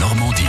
Normandie.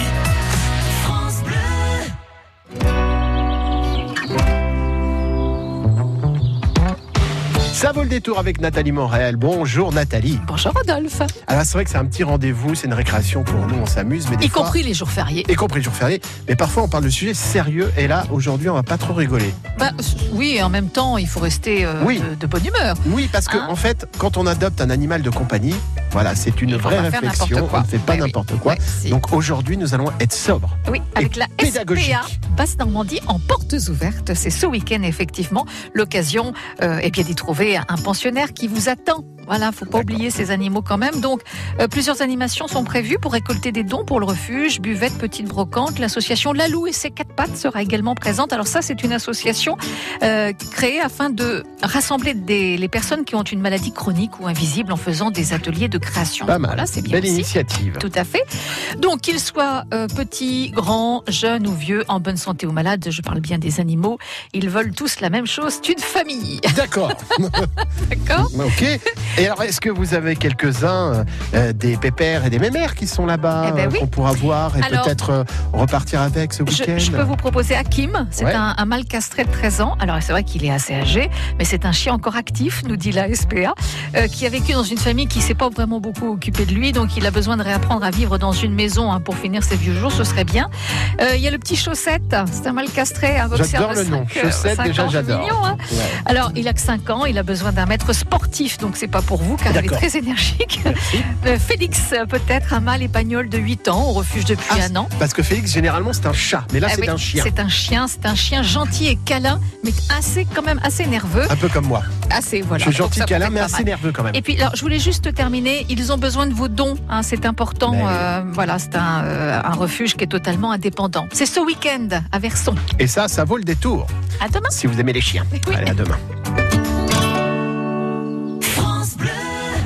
Ça vaut le détour avec Nathalie Morel. Bonjour Nathalie. Bonjour Rodolphe. Alors c'est vrai que c'est un petit rendez-vous, c'est une récréation pour nous, on s'amuse, mais des Y fois- compris les jours fériés. y compris le jour férié. Mais parfois on parle de sujets sérieux et là aujourd'hui on va pas trop rigoler. Bah, s- oui, en même temps, il faut rester euh, Oui. de, de bonne humeur. Oui, parce que Hein en fait, quand on adopte un animal de compagnie, voilà, c'est une On vraie va faire réflexion. n'importe On quoi. ne fait pas Ouais, oui. n'importe quoi. Ouais, si. Donc aujourd'hui, nous allons être sobres. oui, avec la pédagogique. SPA, Basse Normandie en portes ouvertes. C'est ce week-end, effectivement, l'occasion euh, eh bien, d'y trouver un pensionnaire qui vous attend. Voilà, faut pas D'accord. oublier ces animaux quand même. Donc, euh, plusieurs animations sont prévues pour récolter des dons pour le refuge, buvette, petite brocante. L'association Lalou et ses quatre pattes sera également présente. Alors ça, c'est une association euh, créée afin de rassembler des, les personnes qui ont une maladie chronique ou invisible en faisant des ateliers de création. Pas mal. Voilà, c'est bien Belle aussi. initiative. Tout à fait. Donc, qu'ils soient euh, petits, grands, jeunes ou vieux, en bonne santé ou malades, je parle bien des animaux, ils veulent tous la même chose, c'est une famille. D'accord. D'accord ok. Et alors, est-ce que vous avez quelques-uns euh, des pépères et des mémères qui sont là-bas Eh ben euh, oui. qu'on pourra voir et Alors- peut-être euh, repartir avec ce je, week-end je peux vous proposer Hakim, c'est Ouais. un, un mâle castré de 13 ans. Alors c'est vrai qu'il est assez âgé, mais c'est un chien encore actif, nous dit la SPA, euh, qui a vécu dans une famille qui s'est pas vraiment beaucoup occupée de lui, donc il a besoin de réapprendre à vivre dans une maison hein, pour finir ses vieux jours, ce serait bien. Euh, Il y a le petit Chaussette, c'est un mâle castré, un boxeur J'adore de le nom. cinq, euh, Chaussette, cinq déjà, ans, c'est j'adore. mignon, hein. Ouais. Alors, il a que 5 ans, il a besoin d'un maître sportif, donc c'est pas pour vous, car il est D'accord. très énergique. Euh, Félix, euh, peut-être un mâle épagnol de 8 ans, au refuge depuis Ah, un an. Parce que Félix, généralement, c'est un chat. Mais là, Ah c'est oui, un chien. C'est un chien, c'est un chien gentil et câlin, mais assez, quand même assez nerveux. Un peu comme moi. Assez, voilà. je suis Donc Ah, gentil ça peut câlin, être mais pas assez mal. nerveux quand même. Et puis, alors, je voulais juste terminer. Ils ont besoin de vos dons, hein, c'est important. Mais- euh, voilà, c'est un, euh, un refuge qui est totalement indépendant. C'est ce week-end à Verson. Et ça, ça vaut le détour À demain. si vous aimez les chiens. Oui. Allez, à demain.